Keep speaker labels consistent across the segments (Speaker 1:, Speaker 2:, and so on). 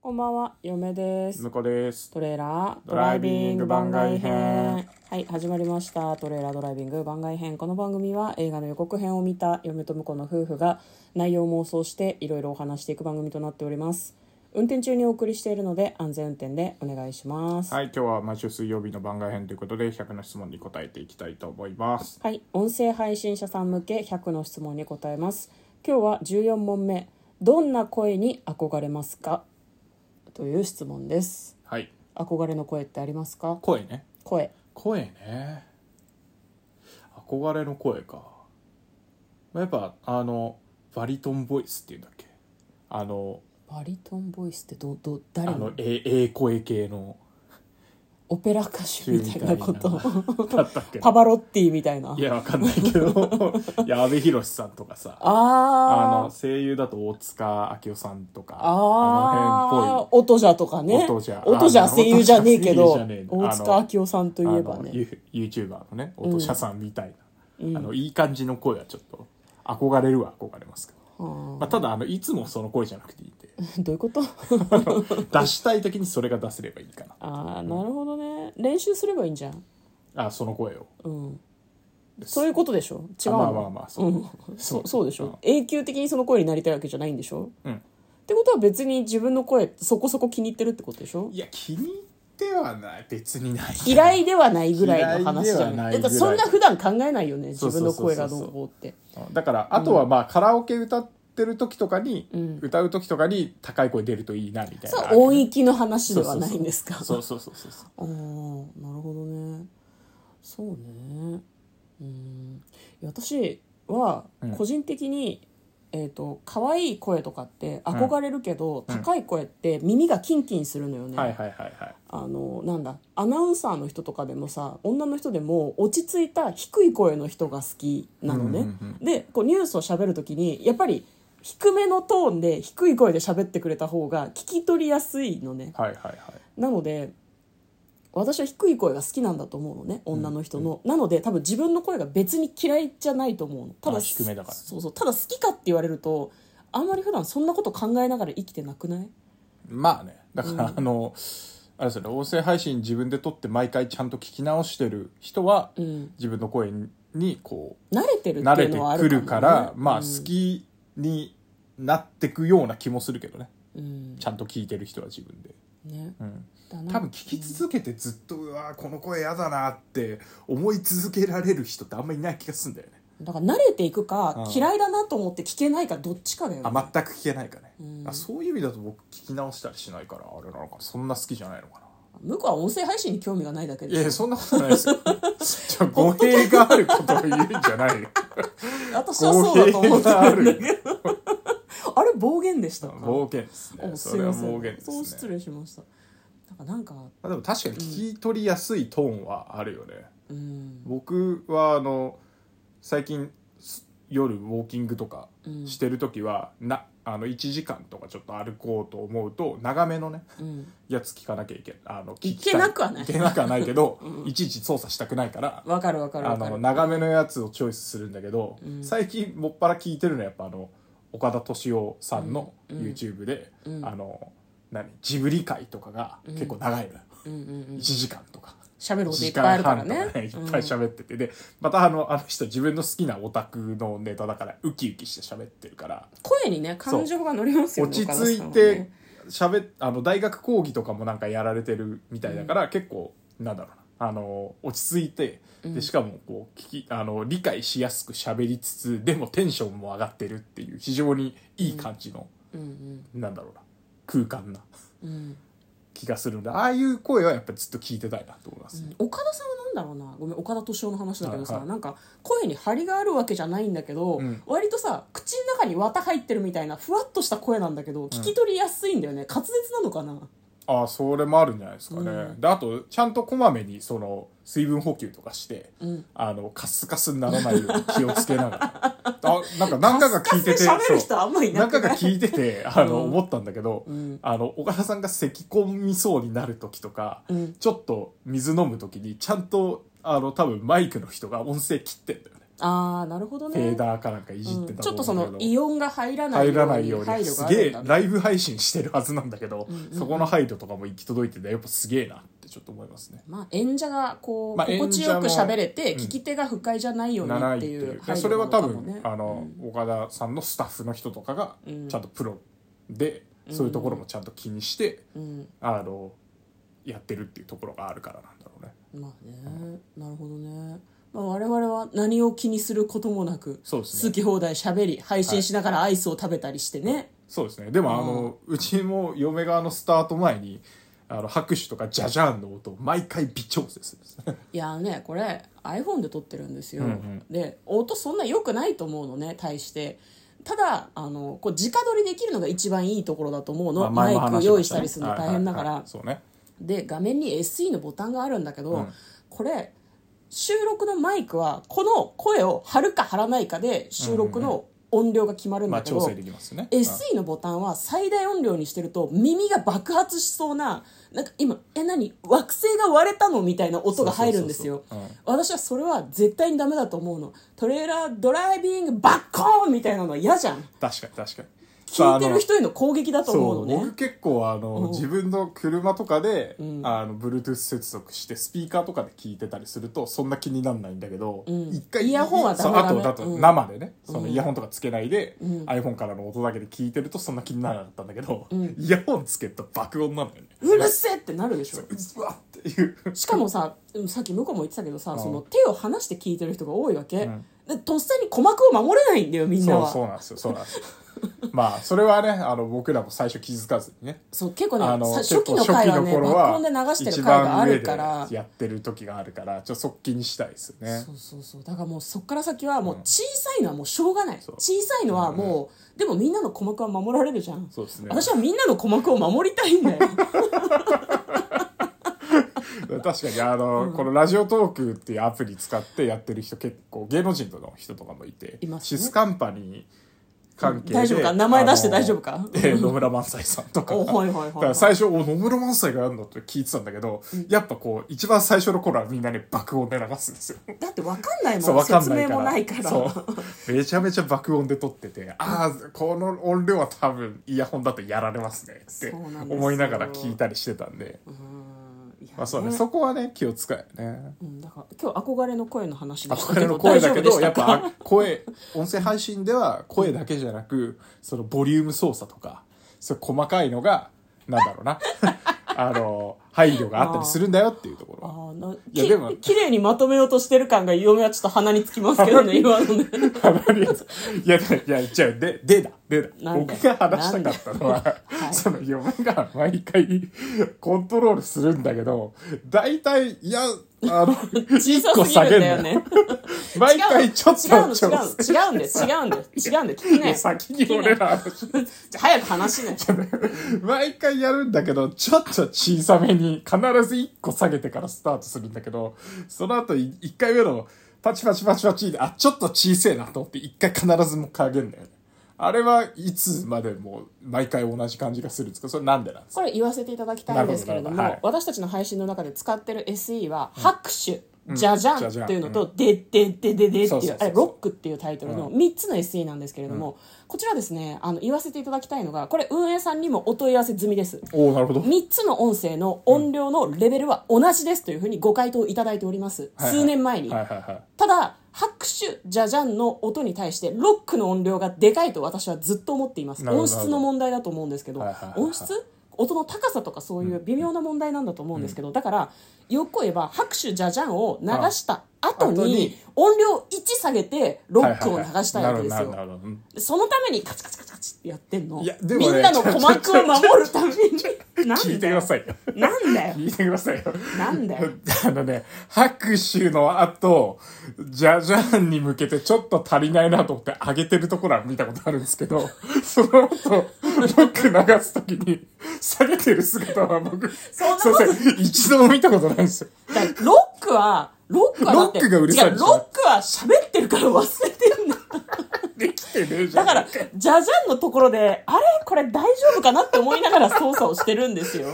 Speaker 1: こんばんは、嫁です
Speaker 2: 向。こうです。
Speaker 1: トレーラード
Speaker 2: ド
Speaker 1: ラ
Speaker 2: ラ
Speaker 1: イ
Speaker 2: イ
Speaker 1: ビ
Speaker 2: ビ
Speaker 1: ン
Speaker 2: ン
Speaker 1: グ
Speaker 2: グ
Speaker 1: 番
Speaker 2: 番
Speaker 1: 外
Speaker 2: 外
Speaker 1: 編
Speaker 2: 編。
Speaker 1: はい、始まりました。トレーラードライビング番外編。この番組は映画の予告編を見た嫁と婿の夫婦が内容を妄想していろいろお話していく番組となっております。運転中にお送りしているので安全運転でお願いします。
Speaker 2: はい、今日は毎週水曜日の番外編ということで、100の質問に答えていきたいと思います。
Speaker 1: はい、音声配信者さん向け100の質問に答えます。今日は14問目、どんな声に憧れますかという質問です。
Speaker 2: はい、
Speaker 1: 憧れの声ってありますか？
Speaker 2: 声ね。
Speaker 1: 声。
Speaker 2: 声ね。憧れの声か。やっぱ、あの、バリトンボイスっていうんだっけあの、
Speaker 1: バリトンボイスってどど
Speaker 2: あ
Speaker 1: 誰の
Speaker 2: の、えええ声系の。
Speaker 1: オペラ歌手みたいなこと
Speaker 2: だったっ け
Speaker 1: パバロッティみたいない
Speaker 2: や、わかん ないけ ど。いや、阿部寛さんとかさ。あ
Speaker 1: あ
Speaker 2: の、
Speaker 1: ー
Speaker 2: 声優だと大塚明夫さんとか。あの辺っぽい
Speaker 1: あ。ー音じゃとかね
Speaker 2: 音じゃ
Speaker 1: 音じゃ声優じゃねえけ
Speaker 2: あ
Speaker 1: ど
Speaker 2: の音じゃ声優じゃねえ
Speaker 1: 大塚明夫さんといえば
Speaker 2: あの
Speaker 1: ね
Speaker 2: ユ YouTuber のね音者さんみたいな、
Speaker 1: うん
Speaker 2: あのいい感じの声はちょっと憧れるは憧れますけど、
Speaker 1: は
Speaker 2: まあ、ただあのいつもその声じゃなくていいん で
Speaker 1: あどういうこと
Speaker 2: 出したい時にそれが出せればいいかな
Speaker 1: ああなるほどね練習すればいいんじゃん
Speaker 2: あその声を
Speaker 1: うん
Speaker 2: です
Speaker 1: そういうことでしょ違う
Speaker 2: あ
Speaker 1: の
Speaker 2: まあまあまあそう、
Speaker 1: うんそそうでしょ
Speaker 2: あ
Speaker 1: 永久的にその声になりたいわけじゃないんでしょ
Speaker 2: うん
Speaker 1: ってことは別に自分の声そこそこ気に入ってるってことでしょ
Speaker 2: いや気に入ってはない別にない
Speaker 1: 嫌いではないぐらいの話じゃ
Speaker 2: 嫌いでは
Speaker 1: な
Speaker 2: ないい
Speaker 1: だってそんな普段考えないよね自
Speaker 2: そう
Speaker 1: 分
Speaker 2: そ
Speaker 1: の
Speaker 2: うそうそう
Speaker 1: 声がどうこうって
Speaker 2: だからあとはまあカラオケ歌ってる時とかに、
Speaker 1: うん
Speaker 2: 歌う時とかに高い声出るといいなみたい
Speaker 1: そ
Speaker 2: な
Speaker 1: れは音域の話ではないんですか
Speaker 2: そうそうそうそうそう
Speaker 1: ああなるほどねそうねうんいや私は
Speaker 2: うん
Speaker 1: 個人的に、えっ、と可愛い声とかって憧れるけど、
Speaker 2: うん
Speaker 1: 高い声って耳がキンキンするのよね、
Speaker 2: はいはいはいはい
Speaker 1: あのなんだアナウンサーの人とかでもさ女の人でも落ち着いた低い声の人が好きなのね、
Speaker 2: うんうん
Speaker 1: でこうニュースを喋るときにやっぱり低めのトーンで低い声で喋ってくれた方が聞き取りやすいのね
Speaker 2: はいはいはい
Speaker 1: なので私は低い声が好きなんだと思うのね女の人の、なので多分自分の声が別に嫌いじゃないと思うのただ
Speaker 2: あ低めだから
Speaker 1: そうそうただ好きかって言われるとあんまり普段そんなこと考えながら生きてなくない
Speaker 2: まあねだから、あのあれですよね音声配信自分で撮って毎回ちゃんと聞き直してる人は、
Speaker 1: うん
Speaker 2: 自分の声にこ
Speaker 1: 慣れてる
Speaker 2: う
Speaker 1: っ
Speaker 2: 慣
Speaker 1: てい
Speaker 2: れ
Speaker 1: う
Speaker 2: て
Speaker 1: のはあ
Speaker 2: く
Speaker 1: る
Speaker 2: る
Speaker 1: か、
Speaker 2: から
Speaker 1: ね、
Speaker 2: らまあ好きになってくような気もするけどね、
Speaker 1: うん、
Speaker 2: ちゃんと聞いてる人は自分で、
Speaker 1: ね
Speaker 2: うん、
Speaker 1: だな
Speaker 2: 多分聞き続けてずっとうわーこの声やだなって思い続けられる人ってあんまりいない気がするんだよね
Speaker 1: だから慣れていくか
Speaker 2: うん
Speaker 1: 嫌いだなと思って聞けないかどっちかだよね、
Speaker 2: あ全く聞けないかね、
Speaker 1: うん
Speaker 2: あそういう意味だと僕聞き直したりしないからあれなのかそんな好きじゃないのかな
Speaker 1: 向こうは音声配信に興味がないだけ
Speaker 2: いや、
Speaker 1: で
Speaker 2: そんなことない ですよ。じゃあ語弊があることを言うんじゃないよ。
Speaker 1: 私は
Speaker 2: 語
Speaker 1: そうだと思
Speaker 2: 弊
Speaker 1: って
Speaker 2: がある。
Speaker 1: あれ暴言でしたか
Speaker 2: 暴言ですね。
Speaker 1: お
Speaker 2: それは暴言で
Speaker 1: そう失
Speaker 2: すね。
Speaker 1: 礼しましたなんかなんか
Speaker 2: まあでも確かに聞き取りやすいトーンはあるよね。
Speaker 1: うん
Speaker 2: 僕はあの、最近す夜ウォーキングとか
Speaker 1: うん
Speaker 2: してる時は、な、あの1時間とかちょっと歩こうと思うと、長めのね、
Speaker 1: うん
Speaker 2: やつ聞かなきゃいけない。あの、聞きた
Speaker 1: いけなくはない
Speaker 2: いけなくはない けど、いちいち操作したくないから、
Speaker 1: わかるわかる
Speaker 2: あ
Speaker 1: わか
Speaker 2: の
Speaker 1: る
Speaker 2: 長めのやつをチョイスするんだけど、
Speaker 1: うん
Speaker 2: 最近もっぱら聞いてるのはやっぱあの岡田斗司夫さんの
Speaker 1: うんうん
Speaker 2: YouTube で、
Speaker 1: うん
Speaker 2: あの何ジブリ界とかが結構長いのよ、
Speaker 1: うんうんうん
Speaker 2: 1時間とか。
Speaker 1: 喋ることい
Speaker 2: 時
Speaker 1: っぱいあ
Speaker 2: 間
Speaker 1: るから
Speaker 2: 半と
Speaker 1: ね
Speaker 2: かね、いっぱい喋ってて。で、またあの、あの人自分の好きなオタクのネタだから、ウキウキして喋ってるから、
Speaker 1: 声にね感情が乗りますよ
Speaker 2: 落
Speaker 1: ね
Speaker 2: ち
Speaker 1: 岡田
Speaker 2: 着い
Speaker 1: さんは
Speaker 2: て
Speaker 1: ね、
Speaker 2: 喋っ、あの、大学講義とかもなんかやられてるみたいだから、結構、なんだろうな、あの、落ち着いて、
Speaker 1: うん
Speaker 2: で、しかも、こう、聞き、あの、理解しやすく喋りつつ、でもテンションも上がってるっていう、非常にいい感じの、
Speaker 1: うん
Speaker 2: なんだろうな、空間な
Speaker 1: うんうん
Speaker 2: 気がするんで、ああいう声はやっぱりずっと聞いてたいなと思いますね。
Speaker 1: 岡田さんはなんだろうなごめん岡田敏夫の話だけどさ、
Speaker 2: はいはい
Speaker 1: なんか声に張りがあるわけじゃないんだけど、
Speaker 2: うん
Speaker 1: 割とさ口の中に綿入ってるみたいなふわっとした声なんだけど聞き取りやすいんだよね、滑舌なのかな
Speaker 2: ああ、それもあるんじゃないですかね。
Speaker 1: うん
Speaker 2: で、あと、ちゃんとこまめに、その、水分補給とかして、
Speaker 1: うん
Speaker 2: あの、カスカスにならないように気をつけなが ら。あ、なんか何回か聞いて
Speaker 1: カスカス
Speaker 2: て、
Speaker 1: で喋る
Speaker 2: そう
Speaker 1: 人あんまいな
Speaker 2: 何
Speaker 1: く
Speaker 2: 回か
Speaker 1: ない
Speaker 2: 聞いて て、あの、
Speaker 1: うん
Speaker 2: 思ったんだけど、
Speaker 1: うん
Speaker 2: あの、岡田さんが咳込みそうになる時とか、
Speaker 1: うん
Speaker 2: ちょっと水飲む時に、ちゃんと、あの、多分マイクの人が音声切ってんだよね。
Speaker 1: ああなるほど
Speaker 2: フ
Speaker 1: ね
Speaker 2: ェーダーかなんかいじって
Speaker 1: うん
Speaker 2: た
Speaker 1: ちょっと
Speaker 2: 思
Speaker 1: そうの
Speaker 2: んだけど
Speaker 1: イオンが入らない
Speaker 2: 入らないよう
Speaker 1: 配
Speaker 2: に
Speaker 1: 慮
Speaker 2: す
Speaker 1: があ
Speaker 2: げ
Speaker 1: る
Speaker 2: え
Speaker 1: んだね
Speaker 2: ライブ配信してるはずなんだけど、
Speaker 1: うんうんうん
Speaker 2: そこの配慮とかも行き届いててやっぱすげえなってちょっと思いますね
Speaker 1: まあ、演者がこう、
Speaker 2: まあ
Speaker 1: 心地よく
Speaker 2: 演者も
Speaker 1: 喋れて、
Speaker 2: うん
Speaker 1: 聞き手が不快じゃないよ
Speaker 2: な
Speaker 1: ね
Speaker 2: ら
Speaker 1: っ
Speaker 2: な
Speaker 1: て
Speaker 2: いって
Speaker 1: い
Speaker 2: いう
Speaker 1: う
Speaker 2: いやそれは多
Speaker 1: 配慮なの
Speaker 2: 分、
Speaker 1: かもね
Speaker 2: あの岡田さんのスタッフの人とかが
Speaker 1: うん
Speaker 2: ちゃんとプロで、そういうところもちゃんと気にして、
Speaker 1: うん
Speaker 2: あのやってるっていうところがあるからなんだろうね
Speaker 1: まあねなるほどね、まあ、我々は何を気にすることもなく、
Speaker 2: そうですね
Speaker 1: 好き放題喋り配信しながらアイスを食べたりしてね、
Speaker 2: そうですねでもあの、うちも嫁側のスタート前にあの拍手とかジャジャーンの音を毎回微調整するんですね
Speaker 1: いやーねこれ iPhone で撮ってるんですよ、
Speaker 2: うんうん
Speaker 1: で音そんな良くないと思うのね対してただあのこう直撮りできるのが一番いいところだと 思うの、
Speaker 2: まあ前の話
Speaker 1: マイク用意したりするの
Speaker 2: はいはい
Speaker 1: 大変だから、
Speaker 2: はいそうね
Speaker 1: で画面に SE のボタンがあるんだけど、
Speaker 2: うん
Speaker 1: これ収録のマイクはこの声を張るか張らないかで収録の音量が決まるん
Speaker 2: まあ
Speaker 1: だけど、
Speaker 2: 調整できますね
Speaker 1: SE のボタンは最大音量にしてると耳が爆発しそうななんか今「え何惑星が割れたの?」みたいな音が入るんですよ
Speaker 2: そうそうそう
Speaker 1: 私はそれは絶対にダメだと思うのトレーラードライビングバッコーンみたいなのは嫌じゃん
Speaker 2: 確かに確かに
Speaker 1: 聞いて
Speaker 2: あ
Speaker 1: る
Speaker 2: の
Speaker 1: 人への攻撃だと思
Speaker 2: そう
Speaker 1: の
Speaker 2: う
Speaker 1: ね
Speaker 2: 僕結構あの、
Speaker 1: うん
Speaker 2: 自分の車とかで、
Speaker 1: ん
Speaker 2: あの Bluetooth 接続してスピーカーとかで聞いてたりするとそんな気にならないんだけど、
Speaker 1: ん
Speaker 2: 一回
Speaker 1: イヤホンはダメ
Speaker 2: そ
Speaker 1: ダ
Speaker 2: う
Speaker 1: メ
Speaker 2: あとだと、
Speaker 1: うん
Speaker 2: 生でねそうの
Speaker 1: ん
Speaker 2: イヤホンとかつけないで、
Speaker 1: うん
Speaker 2: iPhone からの音だけで聞いてるとそんな気にならなかったんだけど、
Speaker 1: ん
Speaker 2: イヤホンつけると爆音なのよね
Speaker 1: うるせえってなるでしょ
Speaker 2: うわっていう
Speaker 1: しかもささっき向こうも言ってたけどさ、
Speaker 2: うん
Speaker 1: その手を離して聞いてる人が多いわけ、
Speaker 2: ん
Speaker 1: でとっさに鼓膜を守れないんだよみんな
Speaker 2: そう
Speaker 1: は
Speaker 2: そうなんですよそうなんですよまあそれはねあの僕らも最初気づかずにね
Speaker 1: そう結構ね
Speaker 2: あの
Speaker 1: さ
Speaker 2: 結
Speaker 1: 初期
Speaker 2: 構
Speaker 1: の回はね
Speaker 2: 初期の頃
Speaker 1: 爆音で流してる回があるか
Speaker 2: 一番
Speaker 1: ら
Speaker 2: 上でやってる時があるからちょっと速記にしたいですよね
Speaker 1: そうそうそうだからもうそっから先はもう
Speaker 2: うん
Speaker 1: 小さいのはもうしょうがない、
Speaker 2: そう
Speaker 1: 小さいのはもう、でもみんなの鼓膜は守られるじゃん
Speaker 2: そうですね
Speaker 1: 私はみんなの鼓膜を守りたいん だよ
Speaker 2: 確かにあの、このラジオトークっていうアプリ使ってやってる人結構芸能人の人とかもいて
Speaker 1: いますね
Speaker 2: シスカンパニー関係で、
Speaker 1: 大丈夫か名前出して
Speaker 2: あの
Speaker 1: 大丈夫か
Speaker 2: えー野村萬斎さんと か
Speaker 1: おはいはいはいはい
Speaker 2: だから最初お野村萬斎がやるんだって聞いてたんだけど、やっぱこう一番最初の頃はみんなね爆音で流すんですよ
Speaker 1: だって分かんないもん
Speaker 2: そうわかん
Speaker 1: 説
Speaker 2: ない
Speaker 1: 明
Speaker 2: から
Speaker 1: もないから
Speaker 2: そうめちゃめちゃ爆音で撮っててああこの音量は多分イヤホンだとやられますねって
Speaker 1: そうなんですよ
Speaker 2: 思いながら聞いたりしてたんで
Speaker 1: うんいやね
Speaker 2: まあそうねそこはね気を使えね
Speaker 1: うん、だから今日憧れの声の話でした
Speaker 2: 憧
Speaker 1: け
Speaker 2: れ
Speaker 1: ど
Speaker 2: の
Speaker 1: 大丈
Speaker 2: 声だ
Speaker 1: 夫
Speaker 2: け
Speaker 1: でし
Speaker 2: ど
Speaker 1: た
Speaker 2: やっ
Speaker 1: か
Speaker 2: ぱ声音声配信では声だけじゃなくそのボリューム操作とかそういう細かいのがなんだろ うなあの配慮があったりするんだよっていうところ
Speaker 1: ああない
Speaker 2: やでも
Speaker 1: き綺麗にまとめようとしてる感が嫁はちょっと鼻につきますけど ね今のね
Speaker 2: あまりやついや、いや、いや違う、で、でだ、でだ。
Speaker 1: なんで
Speaker 2: 僕が話したかったのは、
Speaker 1: はい
Speaker 2: その嫁が毎回コントロールするんだけど、大体、いや、あの、
Speaker 1: 小さすぎるんだよね
Speaker 2: 毎回ちょっと
Speaker 1: 違うの違うの
Speaker 2: 調整
Speaker 1: 違うんです違うんです違うんです聞き
Speaker 2: いや
Speaker 1: ね
Speaker 2: 先に俺ら話、
Speaker 1: じゃ早く話しね
Speaker 2: 毎回やるんだけど、ちょっと小さめに、必ず1個下げてからスタートするんだけど、その後い1回目の、パチパチパチパチで、あ、ちょっと小せえなと思って、1回必ずもう下げんだよね。あれはいつまでも毎回同じ感じがするんですかそれなんでなんですか
Speaker 1: これ言わせていただきたいんですけれども
Speaker 2: なるほど
Speaker 1: 私たちの配信の中で使ってる SE は「拍手」じゃじゃん
Speaker 2: じゃ
Speaker 1: って
Speaker 2: じゃん
Speaker 1: いうのと、でででででって
Speaker 2: そう
Speaker 1: い
Speaker 2: そ
Speaker 1: う
Speaker 2: うそう、
Speaker 1: あれ、ロックっていうタイトルの3つの SE なんですけれども、こちらですね、あの、言わせていただきたいのが、これ運営さんにもお問い合わせ済みです。
Speaker 2: おおなるほど。
Speaker 1: 3つの音声の音量のレベルは同じですというふうにご回答いただいております。
Speaker 2: はいはい
Speaker 1: 数年前に。
Speaker 2: はいはいはい。
Speaker 1: ただ、拍手、じゃじゃんの音に対して、ロックの音量がでかいと私はずっと思っています。
Speaker 2: なるほ
Speaker 1: 音
Speaker 2: ど
Speaker 1: 質の問題だと思うんですけど、
Speaker 2: はいはいはいはい
Speaker 1: 音質音の高さとかそういう微妙な問題なんだと思うんですけど、だから、よく言えば、拍手、じゃじゃんを流した後
Speaker 2: あ後
Speaker 1: に
Speaker 2: に、
Speaker 1: 音量1下げて、ロックを流したいわけです
Speaker 2: はいはいはいなるほどなる
Speaker 1: よ。
Speaker 2: ほどなるほどうん
Speaker 1: そのためにカチカチカチカチってやってんの。
Speaker 2: いやでも
Speaker 1: み
Speaker 2: ね
Speaker 1: んなの鼓膜を守るために。なんだよ
Speaker 2: 聞いてくださいよ。
Speaker 1: なんだよ。
Speaker 2: 聞いてくださいよ。
Speaker 1: なんだよ。
Speaker 2: あのね、拍手の後、ジャジャーンに向けてちょっと足りないなと思って上げてるところは見たことあるんですけど、 その後、ロック流すときに下げてる姿は僕、
Speaker 1: そんなこ
Speaker 2: すい
Speaker 1: と
Speaker 2: ません、一度も見たことないんですよ。
Speaker 1: だからロックは、ロックはだって、
Speaker 2: ロックがうるさ
Speaker 1: 違
Speaker 2: いで
Speaker 1: う
Speaker 2: しょ
Speaker 1: ロックは喋ってるから忘れて るんだ。
Speaker 2: できてねえじ
Speaker 1: だ
Speaker 2: ゃん。
Speaker 1: から、ジャジャンのところで、あれこれ大丈夫かなって思いながら操作をしてるんですよ。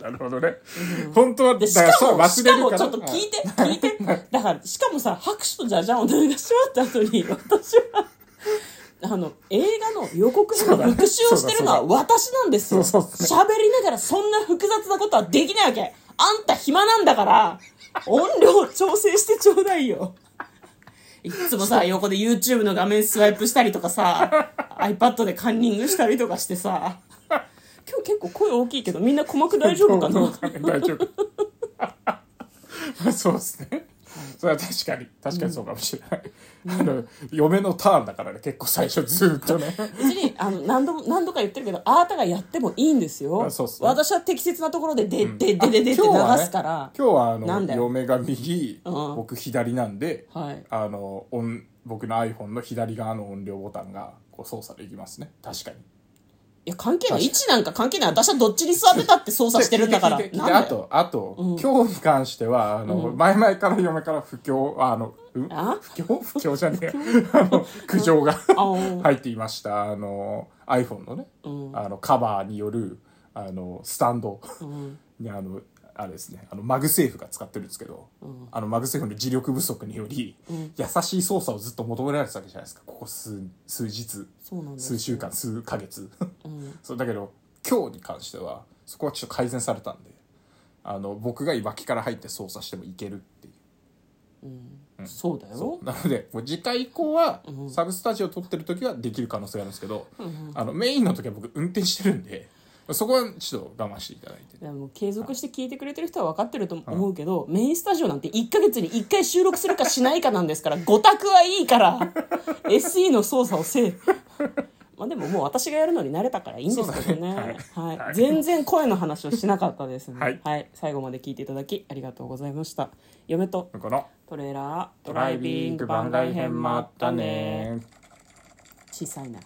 Speaker 2: ななるほどね。本当は、
Speaker 1: で
Speaker 2: だ
Speaker 1: し
Speaker 2: からそ
Speaker 1: か
Speaker 2: う
Speaker 1: も、し
Speaker 2: 忘れ
Speaker 1: か
Speaker 2: る
Speaker 1: も
Speaker 2: から。
Speaker 1: ちょっと聞いて、聞いて。 だから、しかもさ、拍手とじゃじゃんを流し終わった後に、私は、あの、映画の予告編の復習をしてるのは私なんですよ。
Speaker 2: そうだそう
Speaker 1: 喋りながらそんな複雑なことはできないわけ。あんた暇なんだから、音量調整してちょうだいよ。いっつもさ、横で YouTube の画面スワイプしたりとかさ、iPad でカンニングしたりとかしてさ、今日結構声大きいけどみんな鼓膜大丈夫か
Speaker 2: ど
Speaker 1: な
Speaker 2: うかね大丈夫。 まあそうですね。それは確かに、確かにそうかもしれない。あの、嫁のターンだからね、結構最初ずっとね。
Speaker 1: 別にあの何度も何度か言ってるけどあなたがやってもいいんですよ
Speaker 2: あそうっすね
Speaker 1: 私は適切なところで「ででででで」って流
Speaker 2: 今日はね
Speaker 1: すから、
Speaker 2: 今日はあ
Speaker 1: なん
Speaker 2: の
Speaker 1: だよ
Speaker 2: 嫁が右、
Speaker 1: うん
Speaker 2: 僕左なんで、
Speaker 1: はい
Speaker 2: あの音僕の iPhone の左側の音量ボタンがこう操作できますね確かに
Speaker 1: いや関係ない位置なんか関係ない私はどっちに座ってたって操作してるんだから
Speaker 2: で聞いて聞いて聞いて
Speaker 1: な
Speaker 2: あ
Speaker 1: んだよ
Speaker 2: とあと、今日に関してはあの、前々から嫁から不況あのうん
Speaker 1: あ
Speaker 2: 不 況不況じゃねえよ あの苦情が
Speaker 1: うん
Speaker 2: 入っていましたあの iPhone のね、あのカバーによるあのスタンドにあのあれですねあのマグセーフが使ってるんですけど、あのマグセーフの磁力不足により、優しい操作をずっと求められてたわけじゃないですかここ数数日
Speaker 1: そうなんですよ
Speaker 2: 数週間数ヶ月、 そうだけど今日に関してはそこはちょっと改善されたんであの僕が脇から入って操作してもいけるっていう
Speaker 1: そうだよ
Speaker 2: なのでもう次回以降はサブスタジオ撮ってる時はできる可能性があるんですけど、あのメインの時は僕運転してるんでそこはちょっと我慢していただいて
Speaker 1: いやもう継続して聞いてくれてる人は分かってると思うけど、メインスタジオなんて1ヶ月に1回収録するかしないかなんですから、5択 はいいから、SE の操作をせえ。まあでももう私がやるのに慣れたからいいんですけどね。
Speaker 2: そうだね
Speaker 1: はい、
Speaker 2: はい
Speaker 1: 全然声の話をしなかったですね。
Speaker 2: はい
Speaker 1: 最後まで聞いていただきありがとうございました。嫁と
Speaker 2: この
Speaker 1: トレーラー、ド
Speaker 2: ドライビング番外編もあったね
Speaker 1: 小さいな。